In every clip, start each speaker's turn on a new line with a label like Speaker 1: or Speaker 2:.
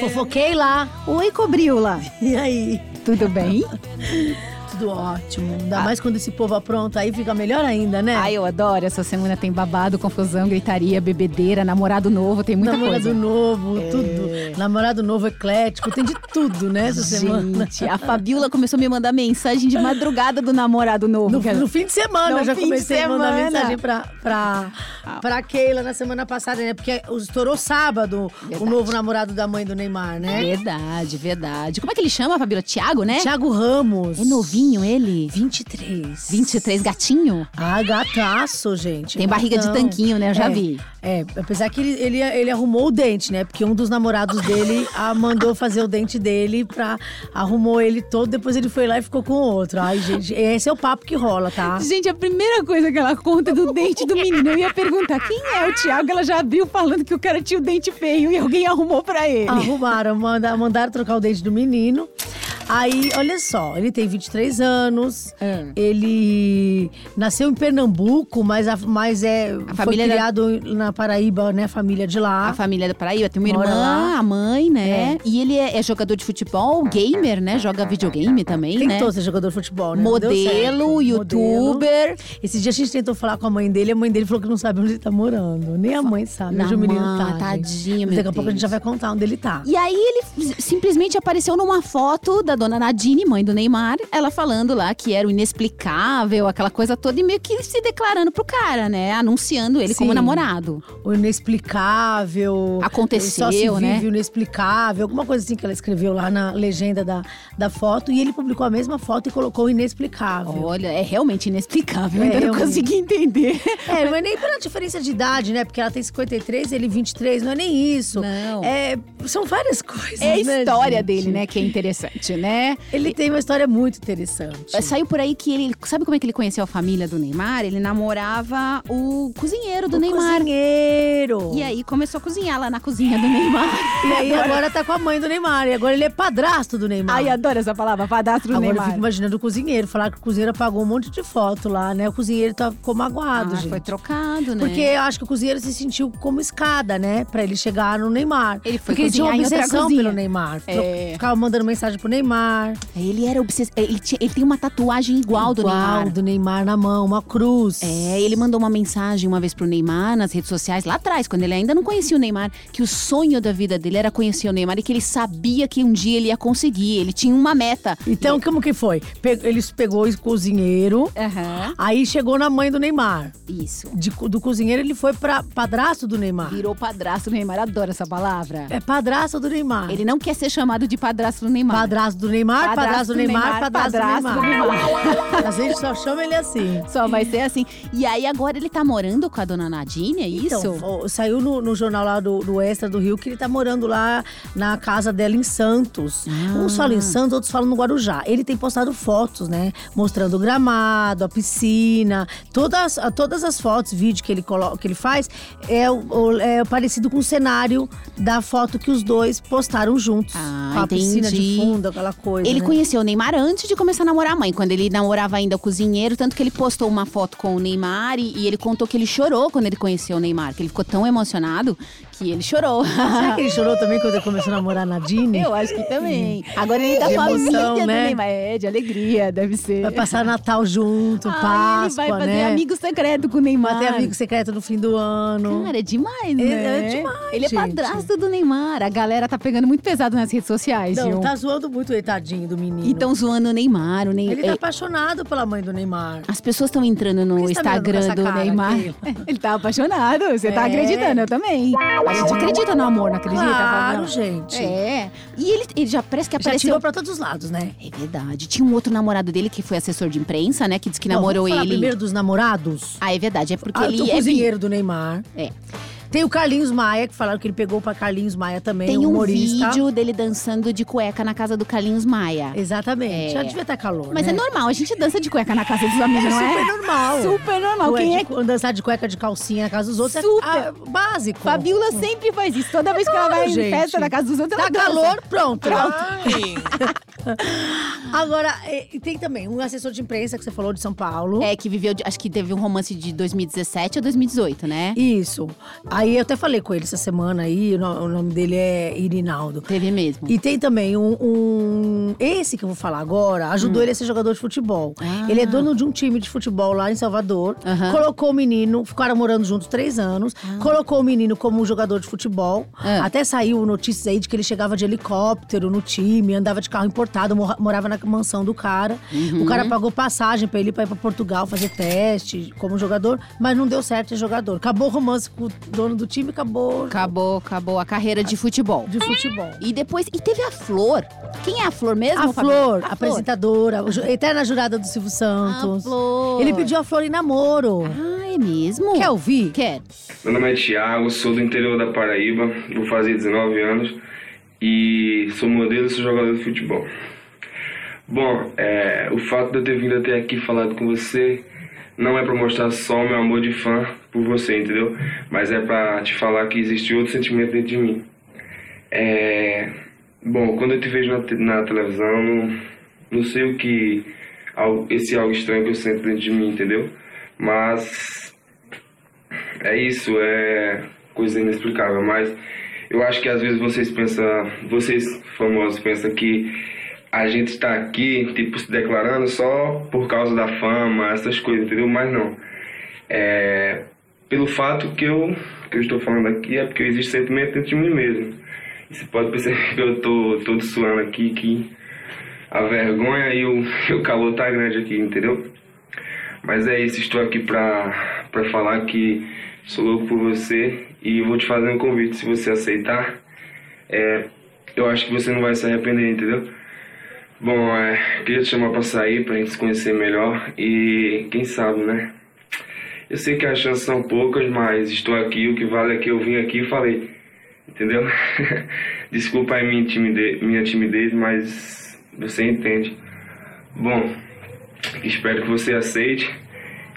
Speaker 1: Fofoquei lá.
Speaker 2: Oi, Cobrila.
Speaker 1: E aí?
Speaker 2: Tudo bem?
Speaker 1: Tudo ótimo. Ainda
Speaker 2: Ah.
Speaker 1: mais quando esse povo apronta, aí fica melhor ainda, né?
Speaker 2: Ai, eu adoro. Essa semana tem babado, confusão, gritaria, bebedeira, namorado novo, tem muita
Speaker 1: Namorado
Speaker 2: coisa. É.
Speaker 1: novo, tudo. Namorado novo, eclético, tem de tudo, né, essa semana.
Speaker 2: Gente, a Fabiola começou a me mandar mensagem de madrugada do namorado novo.
Speaker 1: No,
Speaker 2: que ela-
Speaker 1: no fim de semana,
Speaker 2: No
Speaker 1: eu já
Speaker 2: fim de
Speaker 1: comecei a mandar
Speaker 2: semana. Ah.
Speaker 1: mensagem pra, pra, pra Keila na semana passada, né? Porque estourou sábado
Speaker 2: Verdade.
Speaker 1: o novo namorado da mãe do Neymar, né?
Speaker 2: Verdade, verdade. Como é que ele chama, Fabiola? Tiago, né?
Speaker 1: Thiago Ramos.
Speaker 2: É novinho ele?
Speaker 1: 23.
Speaker 2: 23, gatinho?
Speaker 1: Ah, gataço, gente.
Speaker 2: Tem barriga de
Speaker 1: Gatão.
Speaker 2: tanquinho, né? Eu já
Speaker 1: É,
Speaker 2: vi.
Speaker 1: É, apesar que ele, ele, ele arrumou o dente, né? Porque um dos namorados dele a mandou fazer o dente dele pra. Arrumou ele todo, depois ele foi lá e ficou com o outro. Ai, gente, esse é o papo que rola, tá?
Speaker 2: Gente, a primeira coisa que ela conta é do dente do menino. Eu ia perguntar quem é o Thiago. Ela já abriu falando que o cara tinha o dente feio e alguém arrumou pra ele.
Speaker 1: Arrumaram, manda, mandaram trocar o dente do menino. Aí, olha só, ele tem 23 anos,
Speaker 2: É.
Speaker 1: ele nasceu em Pernambuco, mas, a, mas é, foi
Speaker 2: família era-
Speaker 1: criado na Paraíba, né, a família de lá.
Speaker 2: A família da Paraíba tem uma
Speaker 1: Mora
Speaker 2: irmã,
Speaker 1: lá.
Speaker 2: a mãe, né? E ele é, é jogador de futebol, gamer, né? Joga videogame também, né?
Speaker 1: Tentou ser jogador de futebol, né? Não deu certo.
Speaker 2: Modelo,
Speaker 1: Modelo.
Speaker 2: youtuber.
Speaker 1: Esse dia a gente tentou falar com a mãe dele, a mãe dele falou que não sabe onde ele tá morando. Nem a mãe sabe
Speaker 2: Na
Speaker 1: onde o menino
Speaker 2: mãe,
Speaker 1: tá. gente.
Speaker 2: tadinho,
Speaker 1: Daqui
Speaker 2: meu
Speaker 1: a pouco a gente
Speaker 2: Deus.
Speaker 1: já vai contar onde ele tá.
Speaker 2: E aí ele simplesmente apareceu numa foto da dona Nadine, mãe do Neymar, ela falando lá que era o inexplicável, aquela coisa toda, e meio que se declarando pro cara, né? Anunciando ele como
Speaker 1: Sim.
Speaker 2: namorado.
Speaker 1: O inexplicável.
Speaker 2: Aconteceu,
Speaker 1: só se vive
Speaker 2: né?
Speaker 1: o inexplicável. Alguma coisa assim que ela escreveu lá na legenda da, da foto. E ele publicou a mesma foto e colocou o inexplicável.
Speaker 2: Olha, é realmente inexplicável,
Speaker 1: É,
Speaker 2: ainda não
Speaker 1: realmente.
Speaker 2: consegui entender.
Speaker 1: É, mas nem pela diferença de idade, né? Porque ela tem 53, ele 23, não é nem isso.
Speaker 2: Não.
Speaker 1: É, são várias coisas.
Speaker 2: É a história
Speaker 1: né,
Speaker 2: dele,
Speaker 1: gente?
Speaker 2: né, que é interessante, né?
Speaker 1: Ele tem uma história muito interessante.
Speaker 2: Saiu por aí que ele. Sabe como é que ele conheceu a família do Neymar? Ele namorava o cozinheiro é do
Speaker 1: O
Speaker 2: Neymar.
Speaker 1: cozinheiro.
Speaker 2: E aí começou a cozinhar lá na cozinha do Neymar.
Speaker 1: E aí agora tá com a mãe do Neymar. E agora ele é padrasto do Neymar.
Speaker 2: Ai, adoro essa palavra, padastro do
Speaker 1: agora eu
Speaker 2: Neymar.
Speaker 1: fico imaginando o cozinheiro. Falar que o cozinheiro apagou um monte de foto lá, né? O cozinheiro tá, ficou magoado,
Speaker 2: Ah,
Speaker 1: gente.
Speaker 2: foi trocado, né?
Speaker 1: Porque eu acho que o cozinheiro se sentiu como escada, né? Pra ele chegar no Neymar.
Speaker 2: Ele foi
Speaker 1: Porque ele tinha uma
Speaker 2: cozinhar em outra
Speaker 1: obsessão
Speaker 2: cozinha.
Speaker 1: pelo Neymar.
Speaker 2: É.
Speaker 1: Ficava mandando mensagem pro Neymar.
Speaker 2: Ele era obsessivo. Ele, tinha- ele tem uma tatuagem igual do
Speaker 1: Uau,
Speaker 2: Neymar.
Speaker 1: do Neymar na mão, uma cruz.
Speaker 2: É, ele mandou uma mensagem uma vez pro Neymar nas redes sociais, lá atrás, quando ele ainda não conhecia o Neymar, que o sonho da vida dele era conhecer o Neymar e que ele sabia que um dia ele ia conseguir. Ele tinha uma meta.
Speaker 1: Então, como que foi? Pe- Eles pegou o cozinheiro,
Speaker 2: É. Aham.
Speaker 1: aí chegou na mãe do Neymar.
Speaker 2: Isso.
Speaker 1: de co- do cozinheiro, ele foi pra padrasto do Neymar.
Speaker 2: Virou padrasto do Neymar. Adoro essa palavra.
Speaker 1: É padrasto do Neymar.
Speaker 2: Ele não quer ser chamado de padrasto do Neymar.
Speaker 1: Padrasto do Neymar, padrasto do Neymar, padrasto do
Speaker 2: padrasto do
Speaker 1: Neymar.
Speaker 2: Neymar.
Speaker 1: A gente só chama ele assim.
Speaker 2: Só vai ser assim. E aí agora ele tá morando com a dona Nadine, é isso?
Speaker 1: Então, ó, saiu no, no jornal lá do, do Extra do Rio que ele tá morando lá na casa dela em Santos.
Speaker 2: Ah.
Speaker 1: Uns falam em Santos, outros falam no Guarujá. Ele tem postado fotos, né? Mostrando o gramado, a piscina. Todas, todas as fotos, vídeo que ele, colo- que ele faz, é, o- o- é parecido com o cenário da foto que os dois postaram juntos.
Speaker 2: Ah,
Speaker 1: com a piscina de
Speaker 2: entendi.
Speaker 1: fundo, aquela coisa.
Speaker 2: Ele
Speaker 1: né?
Speaker 2: conheceu o Neymar antes de começar a namorar a mãe, quando ele namorava ainda o cozinheiro, tanto que ele postou uma foto com o Neymar e, e ele contou que ele chorou quando ele conheceu o Neymar, que ele ficou tão emocionado que ele chorou.
Speaker 1: Será que ele chorou também quando ele começou a namorar a Nadine?
Speaker 2: Eu acho que também. Agora ele tá
Speaker 1: De
Speaker 2: com a
Speaker 1: emoção,
Speaker 2: família
Speaker 1: né?
Speaker 2: do Neymar. É, de alegria, deve ser.
Speaker 1: Vai passar Natal junto,
Speaker 2: Ah,
Speaker 1: Páscoa,
Speaker 2: ele vai fazer
Speaker 1: né?
Speaker 2: amigo secreto com o Neymar.
Speaker 1: Vai ter amigo secreto no fim do ano.
Speaker 2: Cara, é demais,
Speaker 1: Ele
Speaker 2: né?
Speaker 1: é demais,
Speaker 2: Ele é
Speaker 1: gente.
Speaker 2: padrasto do Neymar. A galera tá pegando muito pesado nas redes sociais,
Speaker 1: não,
Speaker 2: viu?
Speaker 1: tá zoando muito o etadinho do menino.
Speaker 2: E tão zoando o Neymar, o Neymar.
Speaker 1: Ele tá apaixonado pela mãe do Neymar.
Speaker 2: As pessoas estão entrando no
Speaker 1: Por que você tá me olhando com
Speaker 2: Instagram
Speaker 1: essa
Speaker 2: do
Speaker 1: cara
Speaker 2: Neymar.
Speaker 1: aqui?
Speaker 2: Ele tá apaixonado, você tá
Speaker 1: É.
Speaker 2: acreditando, eu também. A gente acredita no amor, não acredita?
Speaker 1: Claro,
Speaker 2: Fabiana?
Speaker 1: tá gente.
Speaker 2: É. E ele, ele já parece um que
Speaker 1: Já tirou
Speaker 2: apareceu.
Speaker 1: pra todos os lados, né?
Speaker 2: É verdade. Tinha um outro namorado dele que foi assessor de imprensa, né? Que disse que
Speaker 1: Bom,
Speaker 2: namorou
Speaker 1: vamos falar
Speaker 2: ele.
Speaker 1: primeiro dos namorados.
Speaker 2: Ah, é verdade. É porque
Speaker 1: Ah,
Speaker 2: ele
Speaker 1: o
Speaker 2: é. bi.
Speaker 1: cozinheiro do Neymar.
Speaker 2: É.
Speaker 1: Tem o Carlinhos Maia, que falaram que ele pegou pra Carlinhos Maia também,
Speaker 2: Tem
Speaker 1: o
Speaker 2: um
Speaker 1: humorista.
Speaker 2: vídeo dele dançando de cueca na casa do Carlinhos Maia.
Speaker 1: Exatamente.
Speaker 2: É.
Speaker 1: Já devia estar calor,
Speaker 2: Mas
Speaker 1: né?
Speaker 2: é normal, a gente dança de cueca na casa dos amigos, não é?
Speaker 1: super normal.
Speaker 2: Super normal. Quem é
Speaker 1: Ué, de- Dançar de cueca de calcinha na casa dos outros
Speaker 2: Super.
Speaker 1: é ah, básico.
Speaker 2: Fabiola sempre faz isso. Toda vez que ela
Speaker 1: claro,
Speaker 2: vai
Speaker 1: gente.
Speaker 2: em festa na casa dos outros,
Speaker 1: Tá
Speaker 2: ela dança.
Speaker 1: calor, pronto.
Speaker 2: Pronto.
Speaker 1: Agora, eh, tem também um assessor de imprensa que você falou de São Paulo.
Speaker 2: É, que viveu, de- acho que teve um romance de 2017 ou 2018, né?
Speaker 1: Isso. Aí eu até falei com ele essa semana aí, o no- o nome dele é Irinaldo.
Speaker 2: Teve mesmo.
Speaker 1: E tem também um, um- Esse que eu vou falar agora ajudou ele a ser jogador de futebol.
Speaker 2: Hum. Ah.
Speaker 1: Ele é dono de um time de futebol lá em Salvador.
Speaker 2: Aham.
Speaker 1: Colocou o menino, ficaram morando juntos três anos. Colocou o menino como um jogador de futebol.
Speaker 2: Ah.
Speaker 1: Até saiu notícias aí de que ele chegava de helicóptero no time, andava de carro importado, mora- morava na mansão do cara.
Speaker 2: Uhum.
Speaker 1: O cara pagou passagem pra ele ir pra, ir pra Portugal fazer teste como jogador, mas não deu certo ser jogador. Acabou o romance com o dono do time, acabou
Speaker 2: Acabou, acabou a carreira de futebol.
Speaker 1: de futebol.
Speaker 2: E depois. E teve a Flor. Quem é a Flor mesmo?
Speaker 1: A
Speaker 2: Fabi?
Speaker 1: Flor, apresentadora, ju- eterna jurada do Silvio
Speaker 2: A
Speaker 1: Santos.
Speaker 2: Flor.
Speaker 1: Ele pediu a Flor em namoro.
Speaker 2: Ah, é mesmo?
Speaker 1: Quer ouvir?
Speaker 2: Quer.
Speaker 3: Meu nome é Thiago, sou do interior da Paraíba, vou fazer 19 anos e sou modelo e sou jogador de futebol. Bom, é, o fato de eu ter vindo até aqui falado com você não é pra mostrar só o meu amor de fã por você, entendeu? Mas é pra te falar que existe outro sentimento dentro de mim. É, bom, quando eu te vejo na, te- na televisão, não, não sei o que. al- Esse algo estranho que eu sinto dentro de mim, entendeu? Mas é isso, é coisa inexplicável, mas eu acho que às vezes vocês pensam, vocês famosos pensam que a gente está aqui, tipo, se declarando só por causa da fama, essas coisas, entendeu? Mas não. É, pelo fato que eu, que eu estou falando aqui é porque existe sentimento dentro de mim mesmo. E você pode perceber que eu tô todo suando aqui, que a vergonha e o, e o calor tá grande aqui, entendeu? Mas é isso, estou aqui pra, pra falar que sou louco por você e vou te fazer um convite se você aceitar. É, eu acho que você não vai se arrepender, entendeu? Bom, é, queria te chamar pra sair, pra gente se conhecer melhor e quem sabe, né? Eu sei que as chances são poucas, mas estou aqui, o que vale é que eu vim aqui e falei, entendeu? Desculpa aí minha timidez, minha timidez, mas você entende. Bom, espero que você aceite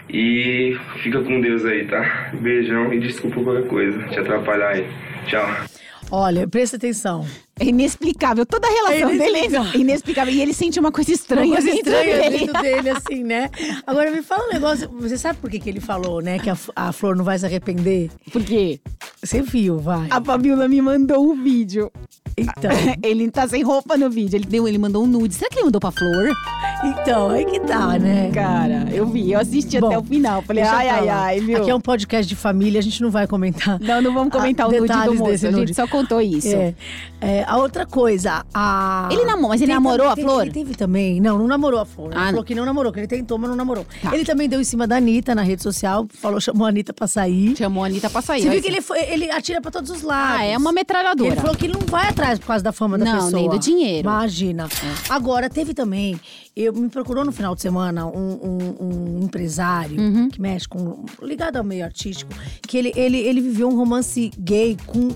Speaker 3: e fica com Deus aí, tá? Beijão e desculpa qualquer coisa, te atrapalhar aí. Tchau.
Speaker 1: Olha, presta atenção.
Speaker 2: É inexplicável. Toda a relação
Speaker 1: É inexplicável.
Speaker 2: dele é inexplicável. E ele sente uma coisa estranha.
Speaker 1: Uma coisa
Speaker 2: dentro
Speaker 1: estranha
Speaker 2: dele.
Speaker 1: dentro dele, assim, né? Agora me fala um negócio. Você sabe por que, que ele falou, né? Que a, F- a Flor não vai se arrepender?
Speaker 2: Por quê?
Speaker 1: Você viu, vai.
Speaker 2: A Fabiola me mandou um vídeo.
Speaker 1: Então,
Speaker 2: Ele tá sem roupa no vídeo. Ele, deu, ele mandou um nude. Será que ele mandou pra Flor?
Speaker 1: então, aí que tá, né?
Speaker 2: Cara, eu vi. Eu assisti até
Speaker 1: Bom,
Speaker 2: o final. Falei,
Speaker 1: deixa
Speaker 2: ai,
Speaker 1: pra
Speaker 2: ai,
Speaker 1: lá.
Speaker 2: ai, viu?
Speaker 1: Aqui é um podcast de família, a gente não vai comentar.
Speaker 2: Não, não vamos comentar
Speaker 1: ah,
Speaker 2: o nude do
Speaker 1: detalhes desse
Speaker 2: moço. A gente
Speaker 1: nude.
Speaker 2: só contou isso.
Speaker 1: É. É, a outra coisa, a.
Speaker 2: Ele namorou, mas ele
Speaker 1: Tem
Speaker 2: namorou
Speaker 1: também-
Speaker 2: a
Speaker 1: tem-
Speaker 2: Flor?
Speaker 1: Ele teve também. Não, não namorou a Flor.
Speaker 2: Ah,
Speaker 1: ele
Speaker 2: não.
Speaker 1: falou que não namorou, que ele tentou, mas não namorou.
Speaker 2: Tá.
Speaker 1: Ele também deu em cima da Anitta na rede social, falou, chamou a Anitta pra sair.
Speaker 2: Chamou a Anitta pra sair.
Speaker 1: Você
Speaker 2: olha
Speaker 1: viu que ele, foi- ele atira pra todos os lados.
Speaker 2: Ah, é uma metralhadora.
Speaker 1: Ele falou que ele não vai atrás por causa da fama da
Speaker 2: Não,
Speaker 1: pessoa.
Speaker 2: nem do dinheiro. É.
Speaker 1: Imagina. Agora, teve também. Eu, me procurou no final de semana um, um- um empresário
Speaker 2: Uhum.
Speaker 1: que mexe com. ligado ao meio artístico, que ele, ele, ele viveu um romance gay com.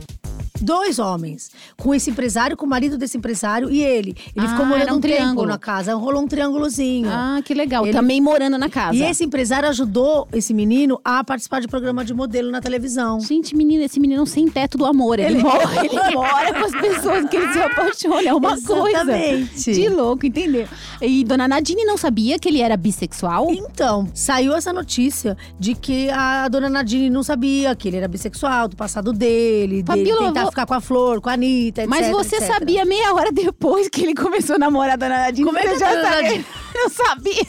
Speaker 1: Dois homens. Com esse empresário, com o marido desse empresário e ele. Ele
Speaker 2: Ah,
Speaker 1: ficou
Speaker 2: era
Speaker 1: morando
Speaker 2: um
Speaker 1: um, tempo
Speaker 2: triângulo.
Speaker 1: na casa, rolou um triângulozinho.
Speaker 2: Ah, que legal.
Speaker 1: Ele-
Speaker 2: Também morando na casa.
Speaker 1: E esse empresário ajudou esse menino a participar de programa de modelo na televisão.
Speaker 2: Gente, menina, esse menino é um sem teto do amor. Ele,
Speaker 1: Ele-
Speaker 2: mora, ele mora com as pessoas que ele se apaixona. É uma
Speaker 1: Exatamente.
Speaker 2: coisa de louco, entendeu? E dona Nadine não sabia que ele era bissexual?
Speaker 1: Então, saiu essa notícia de que a dona Nadine não sabia que ele era bissexual, do passado dele, dele
Speaker 2: Fabíola,
Speaker 1: tentar
Speaker 2: vo-
Speaker 1: ficar com a Flor, com a Anitta, etc.
Speaker 2: Mas você
Speaker 1: etc.
Speaker 2: sabia meia hora depois que ele começou a namorar a dona Nadine.
Speaker 1: Como é
Speaker 2: você
Speaker 1: que a dona
Speaker 2: sabia?
Speaker 1: Nadine-
Speaker 2: Eu sabia.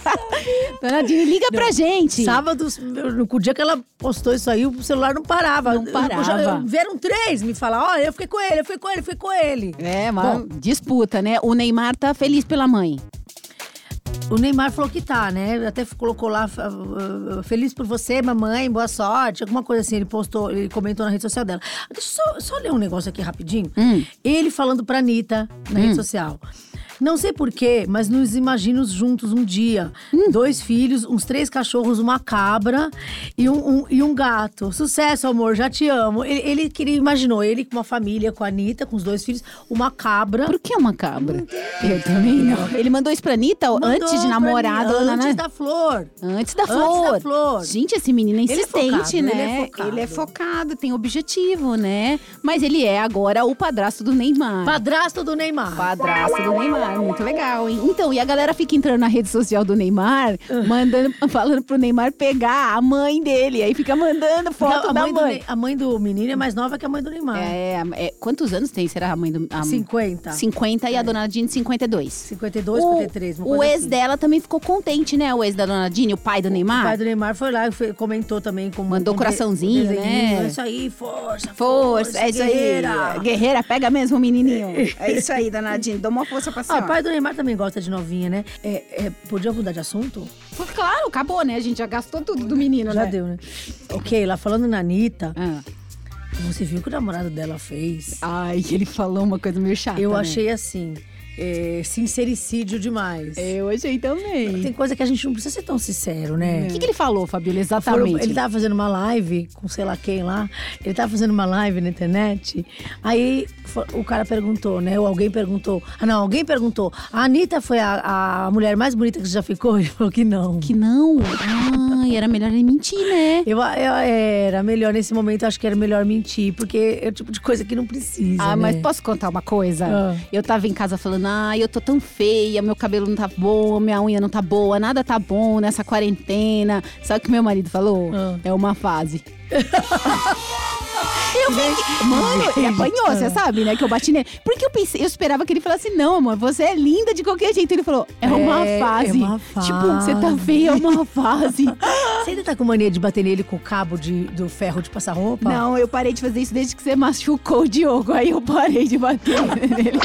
Speaker 2: dona Nadine, liga pra gente.
Speaker 1: Sábado, no dia que ela postou isso aí, o celular não parava.
Speaker 2: Não parava.
Speaker 1: Eu já- vieram três me falar, ó, eu fiquei com ele, eu fiquei com ele, eu fiquei com ele.
Speaker 2: É, uma disputa, né? O Neymar tá feliz pela mãe.
Speaker 1: O Neymar falou que tá, né? Até colocou lá, f- ah, feliz por você, mamãe, boa sorte, alguma coisa assim. Ele postou, ele comentou na rede social dela. Deixa eu só, só ler um negócio aqui rapidinho.
Speaker 2: Hum.
Speaker 1: Ele falando pra Anitta na rede social. Não sei porquê, mas nos imagino juntos um dia.
Speaker 2: Hum.
Speaker 1: Dois filhos, uns três cachorros, uma cabra e um, um- e um gato. Sucesso, amor, já te amo. Ele, ele queria, imaginou ele com uma família, com a Anitta, com os dois filhos, uma cabra.
Speaker 2: Por que uma cabra? Eu também não. Ele mandou isso pra Anitta
Speaker 1: Mandou
Speaker 2: antes de né?
Speaker 1: pra
Speaker 2: namorar a
Speaker 1: Anitta,
Speaker 2: dona
Speaker 1: Antes
Speaker 2: Nadine.
Speaker 1: da flor.
Speaker 2: Antes da
Speaker 1: Antes
Speaker 2: flor.
Speaker 1: da flor.
Speaker 2: Gente, esse menino é
Speaker 1: Ele é
Speaker 2: insistente,
Speaker 1: focado,
Speaker 2: né?
Speaker 1: ele é focado.
Speaker 2: focado, tem objetivo, né? Mas ele é agora o padrasto do Neymar.
Speaker 1: Padrasto do Neymar.
Speaker 2: Padrasto do Neymar. Neymar, muito legal, hein? Então, e a galera fica entrando na rede social do Neymar,
Speaker 1: Ah.
Speaker 2: mandando, falando pro Neymar pegar a mãe dele. Aí fica mandando foto
Speaker 1: Não, a,
Speaker 2: da
Speaker 1: mãe
Speaker 2: mãe.
Speaker 1: do, Ne- a mãe do menino é mais nova que a mãe do Neymar.
Speaker 2: É, é, quantos anos tem, será a mãe do. A,
Speaker 1: 50.
Speaker 2: 50
Speaker 1: É.
Speaker 2: e a dona Nadine 52.
Speaker 1: 52, 53, uma
Speaker 2: o, o
Speaker 1: coisa
Speaker 2: ex
Speaker 1: assim.
Speaker 2: dela também ficou contente, né? O ex da dona Nadine, o pai do Neymar.
Speaker 1: O pai do Neymar foi lá e foi- comentou também. Com,
Speaker 2: Mandou
Speaker 1: com
Speaker 2: coraçãozinho,
Speaker 1: de-
Speaker 2: né?
Speaker 1: É Isso aí, força,
Speaker 2: Força, é isso aí.
Speaker 1: guerreira.
Speaker 2: Guerreira, pega mesmo o menininho. É isso aí, dona Nadine. Dá uma força pra
Speaker 1: Ah,
Speaker 2: senhora.
Speaker 1: o pai do Neymar também gosta de novinha, né? É, é, podia mudar de assunto?
Speaker 2: Pô, Claro, acabou, né? A gente já gastou tudo do menino,
Speaker 1: Já
Speaker 2: né?
Speaker 1: deu, né? Ok, lá falando na Anitta,
Speaker 2: Ah.
Speaker 1: você viu o que o namorado dela fez?
Speaker 2: Ai, ele falou uma coisa meio chata.
Speaker 1: Eu
Speaker 2: né?
Speaker 1: achei assim, é, sincericídio demais.
Speaker 2: Eu achei também.
Speaker 1: Tem coisa que a gente não precisa ser tão sincero, né?
Speaker 2: O que, que ele falou, Fabíola,
Speaker 1: Foram-
Speaker 2: exatamente?
Speaker 1: ele tava fazendo uma live com sei lá quem lá. Ele tava fazendo uma live na internet. Aí fo- o cara perguntou, né? Ou alguém perguntou. Ah, não, alguém perguntou. A Anitta foi a, a mulher mais bonita que você já ficou? Ele falou que não.
Speaker 2: Que não. Ai, era melhor ele mentir, né?
Speaker 1: Eu, eu- era melhor nesse momento, acho que era melhor mentir, porque é o tipo de coisa que não precisa.
Speaker 2: Ah, mas
Speaker 1: né?
Speaker 2: posso contar uma coisa?
Speaker 1: Ah.
Speaker 2: Eu tava em casa falando, ai, eu tô tão feia, meu cabelo não tá bom, minha unha não tá boa, nada tá bom nessa quarentena. Sabe o que meu marido falou?
Speaker 1: Ah.
Speaker 2: É uma fase. Eu fiquei, mano, ele apanhou,
Speaker 1: Ah.
Speaker 2: você sabe, né? Que eu bati nele. Porque eu pensei, eu esperava que ele falasse, não, amor, você é linda de qualquer jeito. Ele falou, é uma
Speaker 1: É, é
Speaker 2: fase.
Speaker 1: uma
Speaker 2: Tipo, você tá
Speaker 1: fase.
Speaker 2: feia, é uma fase.
Speaker 1: Você ainda tá com mania de bater nele com o cabo de, do ferro de passar roupa?
Speaker 2: Não, eu parei de fazer isso desde que você machucou o Diogo. Aí eu parei de bater nele.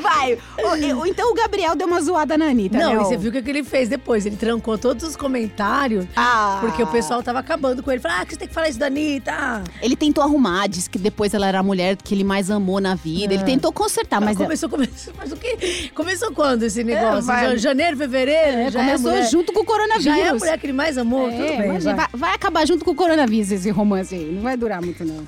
Speaker 2: Vai. Ou- e- ou então o Gabriel deu uma zoada na Anitta,
Speaker 1: Não,
Speaker 2: né?
Speaker 1: e você viu o que que ele fez depois? Ele trancou todos os comentários
Speaker 2: Ah.
Speaker 1: Porque o pessoal tava acabando com ele. Falou, ah, que você tem que falar isso da Anitta. Ah."
Speaker 2: Ele tentou arrumar, disse que depois ela era a mulher que ele mais amou na vida. Ele tentou consertar, Ah, mas...
Speaker 1: Ah.
Speaker 2: é-
Speaker 1: começou, começou, mas o quê? Começou quando esse negócio?
Speaker 2: vai-
Speaker 1: Ja- Janeiro, fevereiro?
Speaker 2: É,
Speaker 1: já
Speaker 2: começou
Speaker 1: é a mulher-
Speaker 2: junto com o coronavírus.
Speaker 1: Já é a mulher que ele mais amou,
Speaker 2: É,
Speaker 1: tudo bem.
Speaker 2: mas vai.
Speaker 1: Vai.
Speaker 2: vai acabar junto com o coronavírus esse romance aí. Não vai durar muito, não.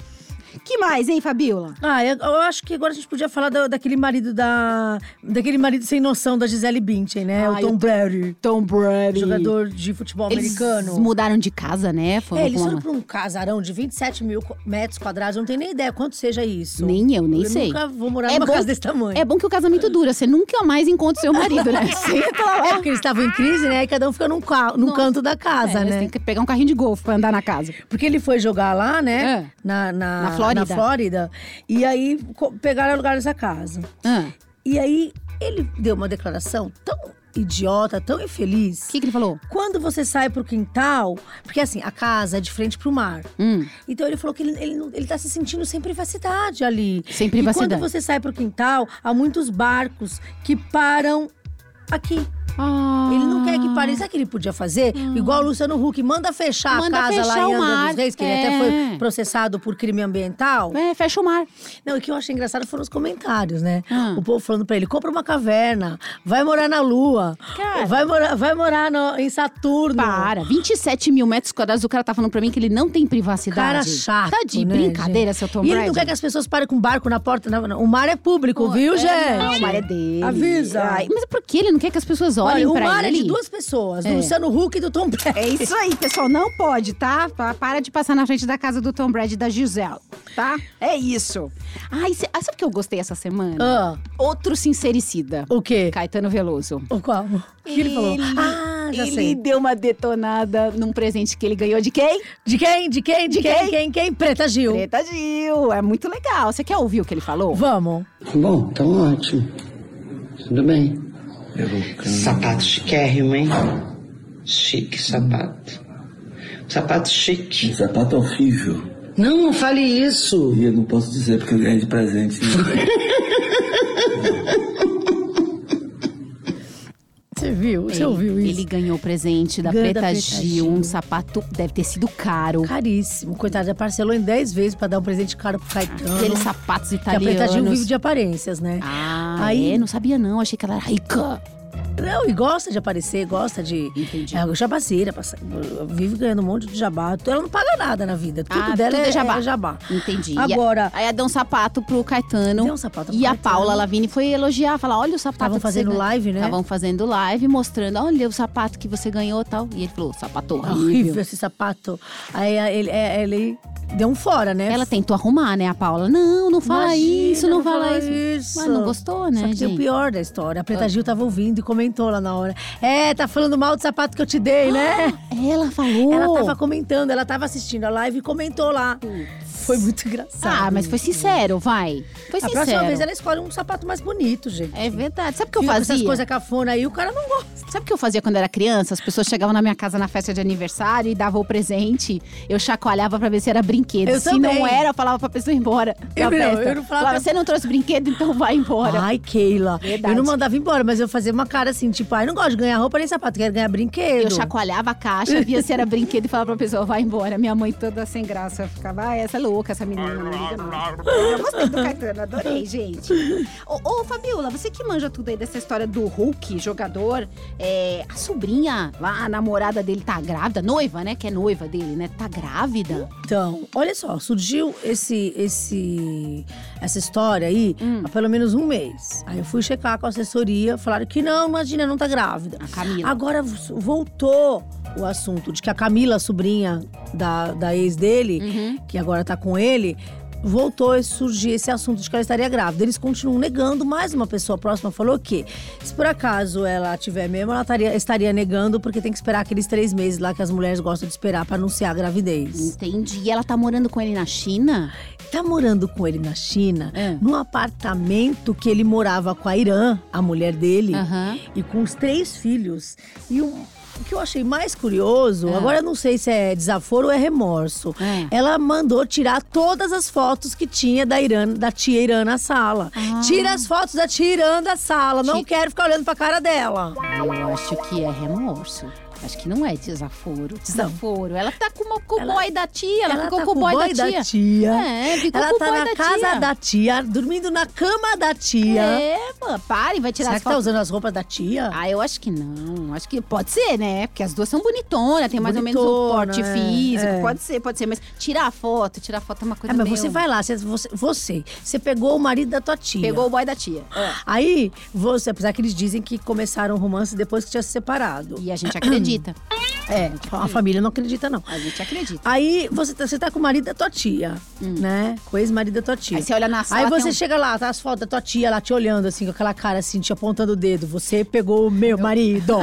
Speaker 2: Que mais, hein, Fabiola?
Speaker 1: Ah, eu, eu acho que agora a gente podia falar da- daquele marido da. Daquele marido sem noção da Gisele Bündchen, né?
Speaker 2: Ah,
Speaker 1: o Tom
Speaker 2: eu-
Speaker 1: Brady,
Speaker 2: Tom Brady.
Speaker 1: jogador de futebol
Speaker 2: Eles
Speaker 1: americano.
Speaker 2: mudaram de casa, né? Foram
Speaker 1: É, eles
Speaker 2: pra
Speaker 1: foram
Speaker 2: uma-
Speaker 1: pra um casarão de 27 mil co- metros quadrados, eu não tenho nem ideia quanto seja isso.
Speaker 2: Nem eu, nem sei.
Speaker 1: nunca vou morar numa casa desse tamanho.
Speaker 2: É bom que o casamento dura, você nunca mais encontra o seu marido, né? Você entra lá.
Speaker 1: É porque eles estavam em crise, né? E cada um fica num, ca- num canto da casa,
Speaker 2: É, mas
Speaker 1: né?
Speaker 2: Tem que pegar um carrinho de golfe pra andar na casa.
Speaker 1: Porque ele foi jogar lá, né?
Speaker 2: É.
Speaker 1: Na, na,
Speaker 2: Na Flórida.
Speaker 1: Flórida. E aí co- pegaram o lugar dessa casa.
Speaker 2: Ah,
Speaker 1: E aí ele deu uma declaração tão idiota, tão infeliz.
Speaker 2: o que, que ele falou?
Speaker 1: Quando você sai pro quintal, porque assim, a casa é de frente pro mar.
Speaker 2: Hum.
Speaker 1: Então ele falou que ele, ele, não- ele tá se sentindo sem privacidade ali.
Speaker 2: Sem privacidade.
Speaker 1: E quando você sai pro quintal, há muitos barcos que param aqui.
Speaker 2: Ah.
Speaker 1: Ele não quer que pare. Sabe o que ele podia fazer? Igual o Luciano Huck, manda fechar
Speaker 2: Manda
Speaker 1: a casa
Speaker 2: fechar
Speaker 1: lá
Speaker 2: o
Speaker 1: em Angra
Speaker 2: mar.
Speaker 1: dos Reis, que ele
Speaker 2: É.
Speaker 1: até foi processado por crime ambiental.
Speaker 2: É, fecha o mar.
Speaker 1: Não, o que eu achei engraçado foram os comentários, né?
Speaker 2: Ah.
Speaker 1: O povo falando pra ele, compra uma caverna, vai morar na Lua,
Speaker 2: Cara.
Speaker 1: vai morar, vai morar no- em Saturno.
Speaker 2: Para, 27 mil metros quadrados, o cara tá falando pra mim que ele não tem privacidade.
Speaker 1: Cara chato,
Speaker 2: Tá de
Speaker 1: né,
Speaker 2: brincadeira,
Speaker 1: gente?
Speaker 2: seu Tom
Speaker 1: E ele
Speaker 2: Brady?
Speaker 1: não quer que as pessoas parem com barco na porta. na- na- O mar é público,
Speaker 2: Pô,
Speaker 1: viu,
Speaker 2: é,
Speaker 1: gente?
Speaker 2: Não, o mar é dele.
Speaker 1: Avisa.
Speaker 2: Ai, mas por que ele não quer que as pessoas olhem
Speaker 1: Olha, o
Speaker 2: pra
Speaker 1: mar
Speaker 2: ele?
Speaker 1: é de duas pessoas, do
Speaker 2: É.
Speaker 1: Luciano Huck e do Tom Brady.
Speaker 2: É isso aí, pessoal. Não pode, tá? Pa- Para de passar na frente da casa do Tom Brady e da Gisele, tá? É isso. Ai, cê- ah, sabe o que eu gostei essa semana?
Speaker 1: Ah,
Speaker 2: Outro sincericida.
Speaker 1: o quê?
Speaker 2: Caetano Veloso.
Speaker 1: O qual? O que ele, falou? Ah, já
Speaker 2: ele
Speaker 1: sei.
Speaker 2: deu uma detonada num presente que ele ganhou de quem?
Speaker 1: De quem? De quem? De,
Speaker 2: De
Speaker 1: quem?
Speaker 2: quem?
Speaker 1: Quem? Quem? Preta Gil.
Speaker 2: Preta Gil. É muito legal. Você quer ouvir o que ele falou?
Speaker 1: Vamos.
Speaker 4: Bom, então ótimo. Tudo bem. Sapato chiquérrimo, hein? Chique sapato. Sapato chique.
Speaker 5: Um sapato horrível.
Speaker 4: Não, não fale isso.
Speaker 5: E eu não posso dizer porque eu ganhei de presente. né?
Speaker 1: Você viu? Você ouviu isso?
Speaker 2: Ele ganhou o presente da
Speaker 1: Ganha
Speaker 2: Preta,
Speaker 1: da Preta
Speaker 2: Gil,
Speaker 1: Gil.
Speaker 2: um sapato, deve ter sido caro.
Speaker 1: Caríssimo. Coitado, já parcelou em 10 vezes pra dar um presente caro pro Caetano.
Speaker 2: Aqueles sapatos
Speaker 1: que a
Speaker 2: italianos.
Speaker 1: Preta Gil vive de aparências, né?
Speaker 2: Ah,
Speaker 1: Aí-
Speaker 2: é? Não sabia não, achei que ela era rica.
Speaker 1: Não, e gosta de aparecer, gosta de.
Speaker 2: Entendi.
Speaker 1: É uma jabaceira, passa- vive ganhando um monte de jabá. Ela não paga nada na vida. Tudo
Speaker 2: Ah,
Speaker 1: dela
Speaker 2: tudo é jabá.
Speaker 1: é jabá.
Speaker 2: Entendi. E a-
Speaker 1: Agora-
Speaker 2: aí deu um sapato pro Caetano.
Speaker 1: Deu um sapato pro
Speaker 2: E a
Speaker 1: Caetano.
Speaker 2: Paula Lavini foi elogiar, falar: olha o sapato
Speaker 1: Estavam
Speaker 2: que você
Speaker 1: fazendo
Speaker 2: ganhou."
Speaker 1: live, né?
Speaker 2: Estavam fazendo live, mostrando: olha o sapato que você ganhou e tal. E ele falou: sapato horrível.
Speaker 1: Horrível esse sapato. Aí a- ele, é- ele Deu um fora, né?
Speaker 2: Ela tentou arrumar, né, a Paula? Não, não fala
Speaker 1: Imagina,
Speaker 2: isso, não, fala,
Speaker 1: fala
Speaker 2: isso. Mas não gostou, né,
Speaker 1: Só que tem o
Speaker 2: gente? Ah.
Speaker 1: pior da história. A Preta Gil tava ouvindo e comentou lá na hora. É, tá falando mal do sapato que eu te dei, né?
Speaker 2: É, Ela falou.
Speaker 1: Ela tava comentando, ela tava assistindo a live e comentou lá. Foi muito engraçado.
Speaker 2: Ah, mas foi sincero, vai. Foi
Speaker 1: A
Speaker 2: sincero.
Speaker 1: próxima vez ela escolhe um sapato mais bonito, gente.
Speaker 2: É verdade. Sabe o que eu
Speaker 1: Viu?
Speaker 2: fazia?
Speaker 1: Essas coisas cafona aí, o cara não gosta.
Speaker 2: Sabe o que eu fazia quando era criança? As pessoas chegavam na minha casa na festa de aniversário e davam o presente. Eu chacoalhava pra ver se era brinquedo.
Speaker 1: Eu
Speaker 2: se
Speaker 1: também.
Speaker 2: não era, eu falava pra pessoa ir embora.
Speaker 1: Eu
Speaker 2: da
Speaker 1: não,
Speaker 2: festa.
Speaker 1: eu não falava pra-
Speaker 2: Você não trouxe brinquedo, então vai embora.
Speaker 1: Ai, Keila.
Speaker 2: Verdade.
Speaker 1: Eu não mandava embora, mas eu fazia uma cara assim, tipo, ai, não gosto de ganhar roupa nem sapato, quero ganhar brinquedo.
Speaker 2: Eu chacoalhava a caixa, via se era brinquedo e falava pra pessoa, vai embora. Minha mãe toda sem graça. Ficava, ai, essa é louca, essa menina. Não liga não. Eu gostei do Caetano, adorei, gente. Ô, ô, Fabiola, você que manja tudo aí dessa história do Hulk, jogador, é, a sobrinha lá, a namorada dele tá grávida, noiva, né? Que é noiva dele, né? Tá grávida.
Speaker 1: Então, olha só, surgiu esse, esse, essa história aí
Speaker 2: Hum.
Speaker 1: há pelo menos um mês. Aí eu fui checar com a assessoria, falaram que não, imagina, não tá grávida.
Speaker 2: A Camila.
Speaker 1: Agora v- voltou o assunto de que a Camila, a sobrinha da, da ex dele,
Speaker 2: Uhum.
Speaker 1: que agora tá com ele, voltou a surgir esse assunto de que ela estaria grávida. Eles continuam negando, mas uma pessoa próxima falou que se por acaso ela tiver mesmo, ela estaria, estaria negando porque tem que esperar aqueles três meses lá que as mulheres gostam de esperar pra anunciar a gravidez.
Speaker 2: Entendi. E ela tá morando com ele na China?
Speaker 1: Tá morando com ele na China,
Speaker 2: É.
Speaker 1: num apartamento que ele morava com a Irã, a mulher dele,
Speaker 2: Aham.
Speaker 1: e com os três filhos. E o o que eu achei mais curioso,
Speaker 2: É.
Speaker 1: agora eu não sei se é desaforo ou é remorso.
Speaker 2: É.
Speaker 1: Ela mandou tirar todas as fotos que tinha da Irã, da tia Irã na sala. Tira as fotos da tia Irã da sala, não
Speaker 2: Ah. Ti-
Speaker 1: quero ficar olhando pra cara dela.
Speaker 2: Eu acho que é remorso. Acho que não é desaforo. Desaforo. Ela tá com uma- com o boy da tia. Ela, ficou
Speaker 1: tá
Speaker 2: com o boy, da, tia.
Speaker 1: tia.
Speaker 2: É, ficou
Speaker 1: ela
Speaker 2: com o
Speaker 1: tá
Speaker 2: boy
Speaker 1: na
Speaker 2: da
Speaker 1: casa
Speaker 2: tia.
Speaker 1: da tia, dormindo na cama da tia.
Speaker 2: É, mano, pare, vai tirar
Speaker 1: Será
Speaker 2: as
Speaker 1: que tá
Speaker 2: fotos.
Speaker 1: usando as roupas da tia?
Speaker 2: Ah, eu acho que não. Acho que pode ser, né? Porque as duas são bonitonas, tem mais ou
Speaker 1: Bonitona,
Speaker 2: menos o porte
Speaker 1: é,
Speaker 2: físico.
Speaker 1: é.
Speaker 2: Pode ser, pode ser. Mas tirar a foto, tirar a foto é uma coisa
Speaker 1: Ah, mas
Speaker 2: meio-
Speaker 1: você vai lá, você, você, você, você pegou o marido da tua tia.
Speaker 2: Pegou o boy da tia. É.
Speaker 1: Aí, você, apesar que eles dizem que começaram o romance depois que tinha se separado.
Speaker 2: E a gente acredita.
Speaker 1: É, a família não acredita, não.
Speaker 2: A gente acredita.
Speaker 1: Aí você tá, você tá com o marido da tua tia, né? Com o ex-marido da tua tia.
Speaker 2: Hum. Aí você olha na sala,
Speaker 1: Aí você
Speaker 2: tem um-
Speaker 1: chega lá, tá as fotos da tua tia lá te olhando, assim, com aquela cara assim, te apontando o dedo. Você pegou o meu marido.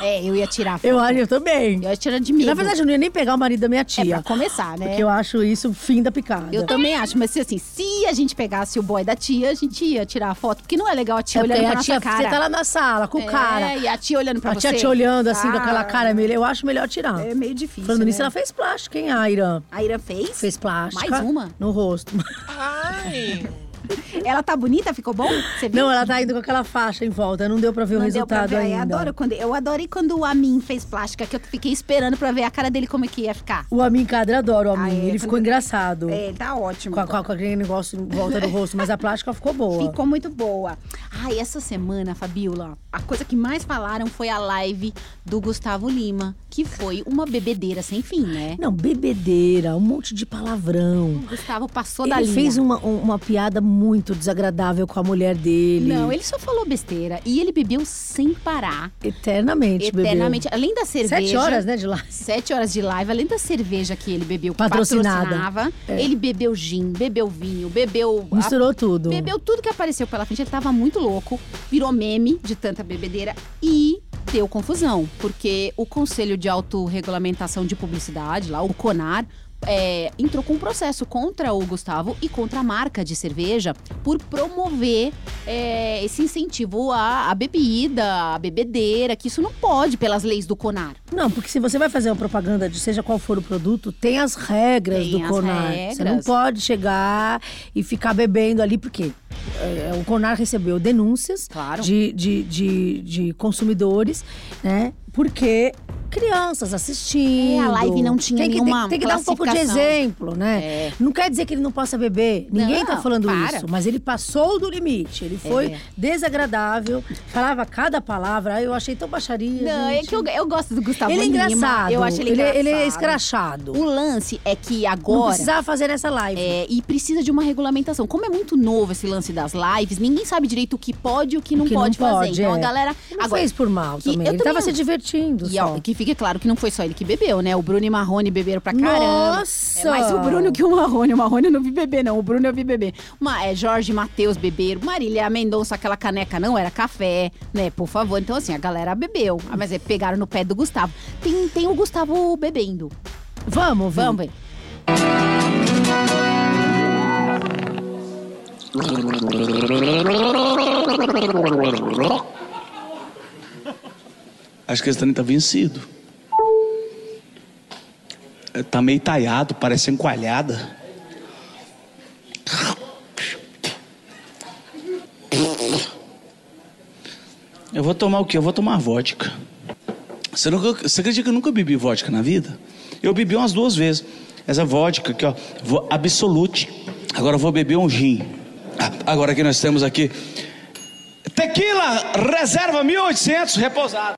Speaker 2: É, eu ia tirar a foto.
Speaker 1: eu acho eu também.
Speaker 2: Eu ia tirar de medo.
Speaker 1: Na verdade, eu não ia nem pegar o marido da minha
Speaker 2: é
Speaker 1: tia.
Speaker 2: pra começar, né?
Speaker 1: Porque eu acho isso o fim da picada.
Speaker 2: Eu também acho, mas se assim, se a gente pegasse o boy da tia, a gente ia tirar a foto. Porque não é legal a tia
Speaker 1: É porque
Speaker 2: olhando pra
Speaker 1: a
Speaker 2: nossa
Speaker 1: tia,
Speaker 2: cara.
Speaker 1: Você tá lá na sala com o
Speaker 2: É,
Speaker 1: cara.
Speaker 2: e a tia olhando pra
Speaker 1: A
Speaker 2: você.
Speaker 1: tia te olhando assim com aquela
Speaker 2: Ah,
Speaker 1: cara, meio- eu acho melhor tirar.
Speaker 2: É meio difícil,
Speaker 1: Falando nisso,
Speaker 2: né?
Speaker 1: ela fez plástica, hein, a Ira?
Speaker 2: A Ira fez?
Speaker 1: Fez plástica.
Speaker 2: Mais uma?
Speaker 1: No rosto.
Speaker 2: Ela tá bonita? Ficou bom? Você viu?
Speaker 1: Não, ela tá indo com aquela faixa em volta, não deu pra ver o
Speaker 2: Não deu pra
Speaker 1: resultado
Speaker 2: ver. Eu,
Speaker 1: ainda.
Speaker 2: adoro quando, eu adorei quando o Amin fez plástica, que eu fiquei esperando pra ver a cara dele como é que ia ficar.
Speaker 1: O Amin Cadra adora o Amin,
Speaker 2: Ah, é,
Speaker 1: ele ficou
Speaker 2: quando-
Speaker 1: engraçado.
Speaker 2: É, ele tá ótimo.
Speaker 1: Com, a- com a- com aquele negócio em volta do rosto, mas a plástica ficou boa.
Speaker 2: Ficou muito boa. Ai, essa semana, Fabiola, a coisa que mais falaram foi a live do Gustavo Lima, que foi uma bebedeira sem fim, né?
Speaker 1: Não, bebedeira, um monte de palavrão.
Speaker 2: O Gustavo passou da
Speaker 1: Ele
Speaker 2: linha.
Speaker 1: fez uma, um- uma piada muito desagradável com a mulher dele.
Speaker 2: Não, ele só falou besteira. E ele bebeu sem parar.
Speaker 1: Eternamente, bebeu.
Speaker 2: eternamente. Além da cerveja.
Speaker 1: Sete horas, né, de lá.
Speaker 2: Sete horas de live, além da cerveja que ele bebeu, que
Speaker 1: Patrocinada. É.
Speaker 2: patrocinava, ele bebeu gin, bebeu vinho, bebeu. a-
Speaker 1: Misturou tudo.
Speaker 2: Bebeu tudo que apareceu pela frente, ele tava muito louco, virou meme de tanta bebedeira e deu confusão, porque o Conselho de Autorregulamentação de Publicidade, lá, o CONAR, é, entrou com um processo contra o Gustavo e contra a marca de cerveja por promover é, esse incentivo à, à bebida, à bebedeira, que isso não pode pelas leis do CONAR.
Speaker 1: Não, porque se você vai fazer uma propaganda de seja qual for o produto, tem as regras
Speaker 2: Tem
Speaker 1: do
Speaker 2: as
Speaker 1: CONAR. Você não
Speaker 2: regras.
Speaker 1: pode chegar e ficar bebendo ali, porque é, o CONAR recebeu denúncias
Speaker 2: Claro.
Speaker 1: de, de, de, de consumidores, né? Porque crianças assistindo.
Speaker 2: É, a live não tinha
Speaker 1: tem que, tem-
Speaker 2: nenhuma
Speaker 1: Tem, que dar um pouco de
Speaker 2: classificação.
Speaker 1: exemplo, né?
Speaker 2: É.
Speaker 1: Não quer dizer que ele não possa beber. Ninguém
Speaker 2: Não,
Speaker 1: tá falando
Speaker 2: para. É.
Speaker 1: isso. Mas ele passou do limite. Ele foi desagradável, falava cada palavra. Ai, Eu achei tão baixaria.
Speaker 2: Não, é
Speaker 1: gente.
Speaker 2: que eu, eu gosto do Gustavo
Speaker 1: Ele é
Speaker 2: Lima,
Speaker 1: engraçado.
Speaker 2: Eu acho ele
Speaker 1: Ele,
Speaker 2: engraçado.
Speaker 1: ele é escrachado.
Speaker 2: O lance é que
Speaker 1: Não
Speaker 2: agora.
Speaker 1: precisava fazer essa live.
Speaker 2: É, e precisa de uma regulamentação. Como é muito novo esse lance das lives, ninguém sabe direito o que pode e o que não
Speaker 1: que não
Speaker 2: pode fazer.
Speaker 1: pode,
Speaker 2: então a
Speaker 1: é.
Speaker 2: galera.
Speaker 1: Não fez por mal
Speaker 2: que
Speaker 1: também.
Speaker 2: eu
Speaker 1: Ele tava
Speaker 2: também-
Speaker 1: se divertindo
Speaker 2: E
Speaker 1: só.
Speaker 2: ó, que Fica claro que não foi só ele que bebeu, né? O Bruno e Marrone beberam pra caramba.
Speaker 1: Nossa!
Speaker 2: É mais o Bruno que o Marrone. O Marrone eu não vi beber, não. O Bruno eu vi beber. Mas é Jorge Matheus beberam. Marília Mendonça, aquela caneca não era café, né? Por favor. Então, assim, a galera bebeu. Ah, Mas é, pegaram no pé do Gustavo. Tem, tem o Gustavo bebendo.
Speaker 1: Vamos,
Speaker 2: Vamos
Speaker 1: vamos.
Speaker 2: ver.
Speaker 6: Acho que esse Dani tá vencido. É, Tá meio talhado, parece encoalhada. Eu vou tomar o quê? Eu vou tomar vodka. Você, nunca, você acredita que eu nunca bebi vodka na vida? Eu bebi umas duas vezes. Essa vodka aqui, ó, vo- absolute. Agora eu vou beber um gin. Ah, Agora que nós temos aqui tequila reserva 1800 repousado.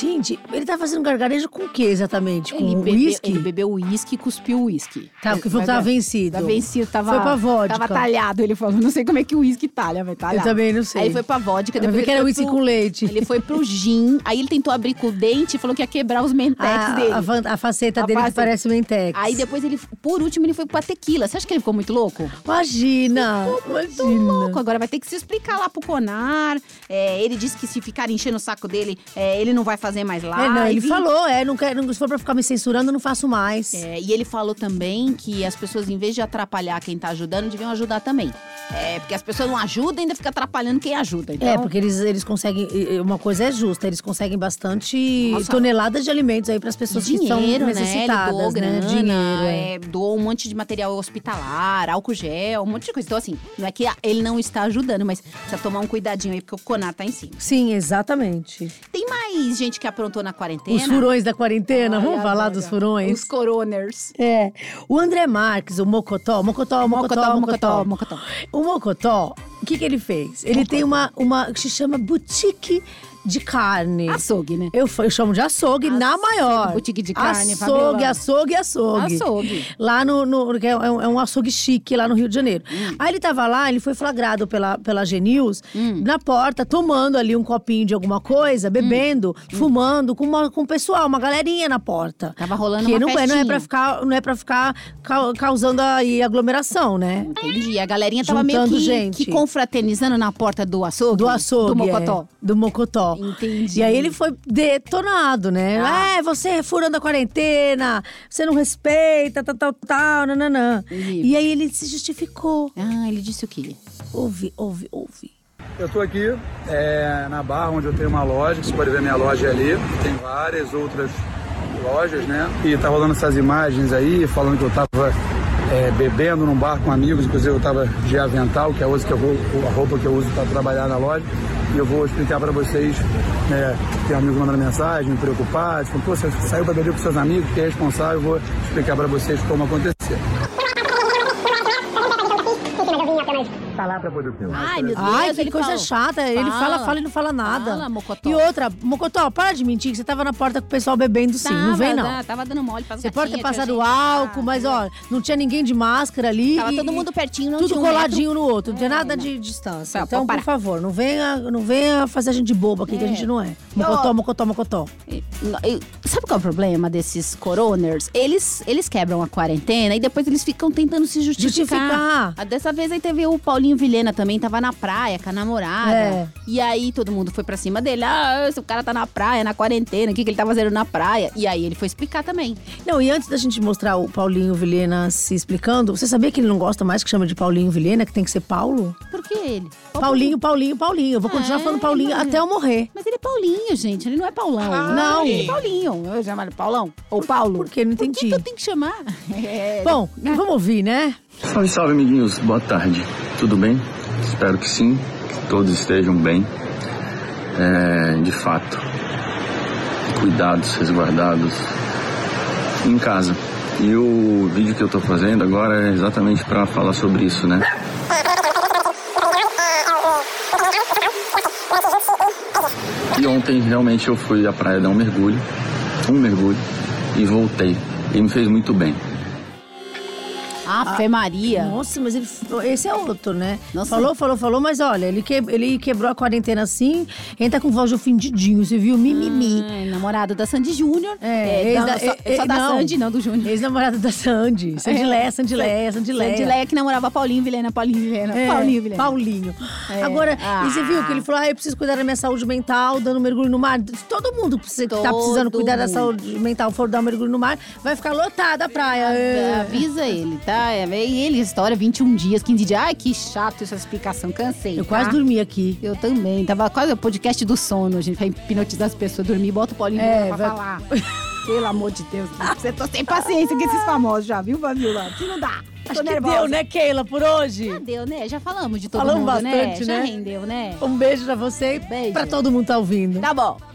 Speaker 1: Gente, ele tá fazendo gargarejo com o que exatamente? Com
Speaker 2: Ele bebeu
Speaker 1: uísque?
Speaker 2: Ele bebeu uísque e cuspiu uísque.
Speaker 1: Tá, porque falou que
Speaker 2: Mas
Speaker 1: tava
Speaker 2: é,
Speaker 1: vencido.
Speaker 2: Tava vencido, tava.
Speaker 1: Foi pra vodka.
Speaker 2: Tava talhado, ele falou. Não sei como é que o uísque talha, vai talhar.
Speaker 1: Eu também não sei.
Speaker 2: Aí ele foi pra vodka.
Speaker 1: Eu vi
Speaker 2: ele
Speaker 1: que era
Speaker 2: foi
Speaker 1: uísque com leite.
Speaker 2: Ele foi pro gin, aí ele tentou abrir com o dente e falou que ia quebrar os mentex dele.
Speaker 1: Ah, a, a, fan- a faceta
Speaker 2: A
Speaker 1: dele
Speaker 2: face-
Speaker 1: que parece mentex.
Speaker 2: Aí depois ele, por último, ele foi pra tequila. Você acha que ele ficou muito louco?
Speaker 1: Imagina!
Speaker 2: Tô
Speaker 1: Imagina!
Speaker 2: louco, agora vai ter que se explicar lá pro Conar. É, ele disse que se ficar enchendo o saco dele, é, ele não vai fazer mais live.
Speaker 1: É, não, ele falou, é, não quero, não- se for pra ficar me censurando, eu não faço mais.
Speaker 2: É, e ele falou também que as pessoas, em vez de atrapalhar quem tá ajudando, deviam ajudar também. É, porque as pessoas não ajudam e ainda fica atrapalhando quem ajuda. Então,
Speaker 1: É, porque eles, eles conseguem, e- e uma coisa é justa, eles conseguem bastante
Speaker 2: Nossa.
Speaker 1: toneladas de alimentos aí pras pessoas que estão
Speaker 2: dinheiro, né? Ele
Speaker 1: necessitadas,
Speaker 2: doou grana,
Speaker 1: Dinheiro. é.
Speaker 2: é, doou um monte de material hospitalar, álcool gel, um monte de coisa. Então, assim, não é que ele não está ajudando, mas precisa tomar um cuidadinho aí, porque o Conar tá em cima.
Speaker 1: Sim, exatamente.
Speaker 2: Tem mais gente que aprontou na quarentena?
Speaker 1: Os furões da quarentena, vamos
Speaker 2: Olha,
Speaker 1: falar
Speaker 2: olha.
Speaker 1: dos furões?
Speaker 2: Os coroners.
Speaker 1: É. O André Marques, o Mocotó, Mocotó, Mocotó,
Speaker 2: Mocotó,
Speaker 1: Mocotó,
Speaker 2: Mocotó,
Speaker 1: Mocotó.
Speaker 2: Mocotó.
Speaker 1: O Mocotó, o que, que ele fez? Ele tem uma, uma que se chama boutique de carne.
Speaker 2: Açougue, né?
Speaker 1: Eu, fa- eu chamo de açougue, na
Speaker 2: Açougue,
Speaker 1: maior.
Speaker 2: boutique de carne,
Speaker 1: Açougue,
Speaker 2: Fabiola.
Speaker 1: açougue, açougue.
Speaker 2: Açougue.
Speaker 1: Lá no. no- que é, um, é um açougue chique lá no Rio de Janeiro.
Speaker 2: Hum.
Speaker 1: Aí ele tava lá, ele foi flagrado pela, pela G-News
Speaker 2: Hum.
Speaker 1: na porta, tomando ali um copinho de alguma coisa, bebendo, fumando, com, uma- com o pessoal, uma galerinha na porta.
Speaker 2: Hum. Tava rolando
Speaker 1: Porque
Speaker 2: uma
Speaker 1: não é, não é
Speaker 2: festinha.
Speaker 1: pra ficar, não é pra ficar cau- causando aí aglomeração, né?
Speaker 2: Entendi. A galerinha tava meio
Speaker 1: Juntando
Speaker 2: que,
Speaker 1: gente.
Speaker 2: que confraternizando na porta do açougue.
Speaker 1: Do açougue.
Speaker 2: Do mocotó.
Speaker 1: é, do Mocotó.
Speaker 2: Entendi.
Speaker 1: E aí ele foi detonado, né?
Speaker 2: Ah.
Speaker 1: É, você furando a quarentena, você não respeita, tal, tal, tal, nananã.
Speaker 2: Entendi.
Speaker 1: E aí ele se justificou.
Speaker 2: Ah, ele disse o quê?
Speaker 1: Ouve, ouve, ouve.
Speaker 7: Eu estou aqui é, na Barra, onde eu tenho uma loja, que você pode ver minha loja é ali. Tem várias outras lojas, né? E tá rolando essas imagens aí, falando que eu tava é, bebendo num bar com amigos, inclusive eu tava de avental, que é a roupa que eu, vou- a roupa que eu uso para trabalhar na loja. E eu vou explicar para vocês, é, tem um amigo mandando mensagem, preocupado, tipo, pô, você saiu para beber com seus amigos, que é responsável, eu vou explicar para vocês como aconteceu. Falar para poder
Speaker 2: Ai, meu Deus.
Speaker 1: Ai, que
Speaker 2: ele
Speaker 1: coisa
Speaker 2: falou.
Speaker 1: chata. Ele fala,
Speaker 2: Fala.
Speaker 1: fala e não fala nada.
Speaker 2: Fala, Mocotó.
Speaker 1: E outra, Mocotó, para de mentir que você tava na porta com o pessoal bebendo sim. não vem, não.
Speaker 2: Tava, tava dando mole pra
Speaker 1: Você pode ter passado álcool, mas ó, não tinha ninguém de máscara ali.
Speaker 2: Ah, Tava
Speaker 1: e-
Speaker 2: todo mundo pertinho, não
Speaker 1: Tudo
Speaker 2: tinha um
Speaker 1: coladinho no outro, não tinha
Speaker 2: É,
Speaker 1: nada
Speaker 2: não.
Speaker 1: de distância.
Speaker 2: Tá,
Speaker 1: então,
Speaker 2: pode
Speaker 1: por
Speaker 2: parar.
Speaker 1: favor, não venha, não venha fazer a gente de bobo aqui, que a
Speaker 2: É.
Speaker 1: gente não é.
Speaker 2: E, ó,
Speaker 1: Mocotó, mocotó, mocotó.
Speaker 2: Sabe qual é o problema desses coroners? Eles, eles quebram a quarentena e depois eles ficam tentando se justificar.
Speaker 1: Justificar.
Speaker 2: Ah, Dessa vez aí teve o Paulinho Vilhena também, tava na praia com a namorada.
Speaker 1: É.
Speaker 2: E aí todo mundo foi pra cima dele. Ah, esse cara tá na praia, na quarentena, o que, que ele tá fazendo na praia? E aí ele foi explicar também.
Speaker 1: Não, e antes da gente mostrar o Paulinho Vilhena se explicando, você sabia que ele não gosta mais que chama de Paulinho Vilhena, que tem que ser Paulo?
Speaker 2: Por que ele?
Speaker 1: Paulinho, Paulinho, Paulinho. Eu vou continuar
Speaker 2: É,
Speaker 1: falando Paulinho
Speaker 2: mano.
Speaker 1: até eu morrer.
Speaker 2: Mas ele é Paulinho, gente. Ele não é Paulão.
Speaker 1: não.
Speaker 2: Ele é Paulinho. Eu chamo ele Paulão. Ou Paulo.
Speaker 1: Por que? Não
Speaker 2: Por que
Speaker 1: entendi.
Speaker 2: que eu tenho que chamar? É,
Speaker 1: Bom, vamos ouvir, né?
Speaker 8: Salve, salve, amiguinhos. Boa tarde. Tudo bem? Espero que sim, que todos estejam bem. É, de fato, cuidados, resguardados em casa. E o vídeo que eu tô fazendo agora é exatamente para falar sobre isso, né? E ontem realmente eu fui à praia dar um mergulho, um mergulho, e voltei. E me fez muito bem.
Speaker 2: Ah, Ave Maria.
Speaker 1: Nossa, mas ele, esse é outro, né?
Speaker 2: Nossa.
Speaker 1: Falou, falou, falou, mas olha, ele, que- ele quebrou a quarentena assim, entra com voz de ofendidinho, você viu? Mimimi.
Speaker 2: Ai, namorado da Sandy Júnior.
Speaker 1: É, ex
Speaker 2: Hum, não,
Speaker 1: da-
Speaker 2: só,
Speaker 1: e-
Speaker 2: só
Speaker 1: e-
Speaker 2: da
Speaker 1: não.
Speaker 2: Sandy, não do Júnior.
Speaker 1: Ex-namorada da Sandy. Sandilé, Sandilé, Sandilé.
Speaker 2: Sandy Leia que namorava Paulinho Vilhena, Paulinho Vilhena, Paulinho Vilhena.
Speaker 1: É, Paulinho.
Speaker 2: É.
Speaker 1: Agora,
Speaker 2: Ah.
Speaker 1: e você viu que ele falou: ah, eu preciso cuidar da minha saúde mental, dando um mergulho no mar. Todo mundo precisa, que tá
Speaker 2: Todo
Speaker 1: precisando cuidar da
Speaker 2: mundo.
Speaker 1: saúde mental, for dar um mergulho no mar, vai ficar lotada a praia.
Speaker 2: É,
Speaker 1: É.
Speaker 2: Avisa ele, tá? É, E ele história 21 dias, 15 dias. Ai, que chato essa explicação, cansei.
Speaker 1: Eu
Speaker 2: tá?
Speaker 1: quase dormi aqui.
Speaker 2: Eu também, tava quase o podcast do sono, gente. Vai hipnotizar as pessoas, dormir, bota o Paulinho
Speaker 1: É,
Speaker 2: pra
Speaker 1: vai-
Speaker 2: falar. Pelo amor de Deus, você tô sem paciência com esses famosos já, viu, Fabiola? Se não dá, tô
Speaker 1: Acho que
Speaker 2: nervosa.
Speaker 1: deu, né, Keila, por hoje?
Speaker 2: Já deu, né? Já falamos de todo
Speaker 1: Falamos
Speaker 2: mundo, né?
Speaker 1: bastante,
Speaker 2: Já
Speaker 1: né?
Speaker 2: rendeu, né?
Speaker 1: Um beijo pra você e
Speaker 2: Beijo.
Speaker 1: pra todo mundo que tá ouvindo.
Speaker 2: Tá bom.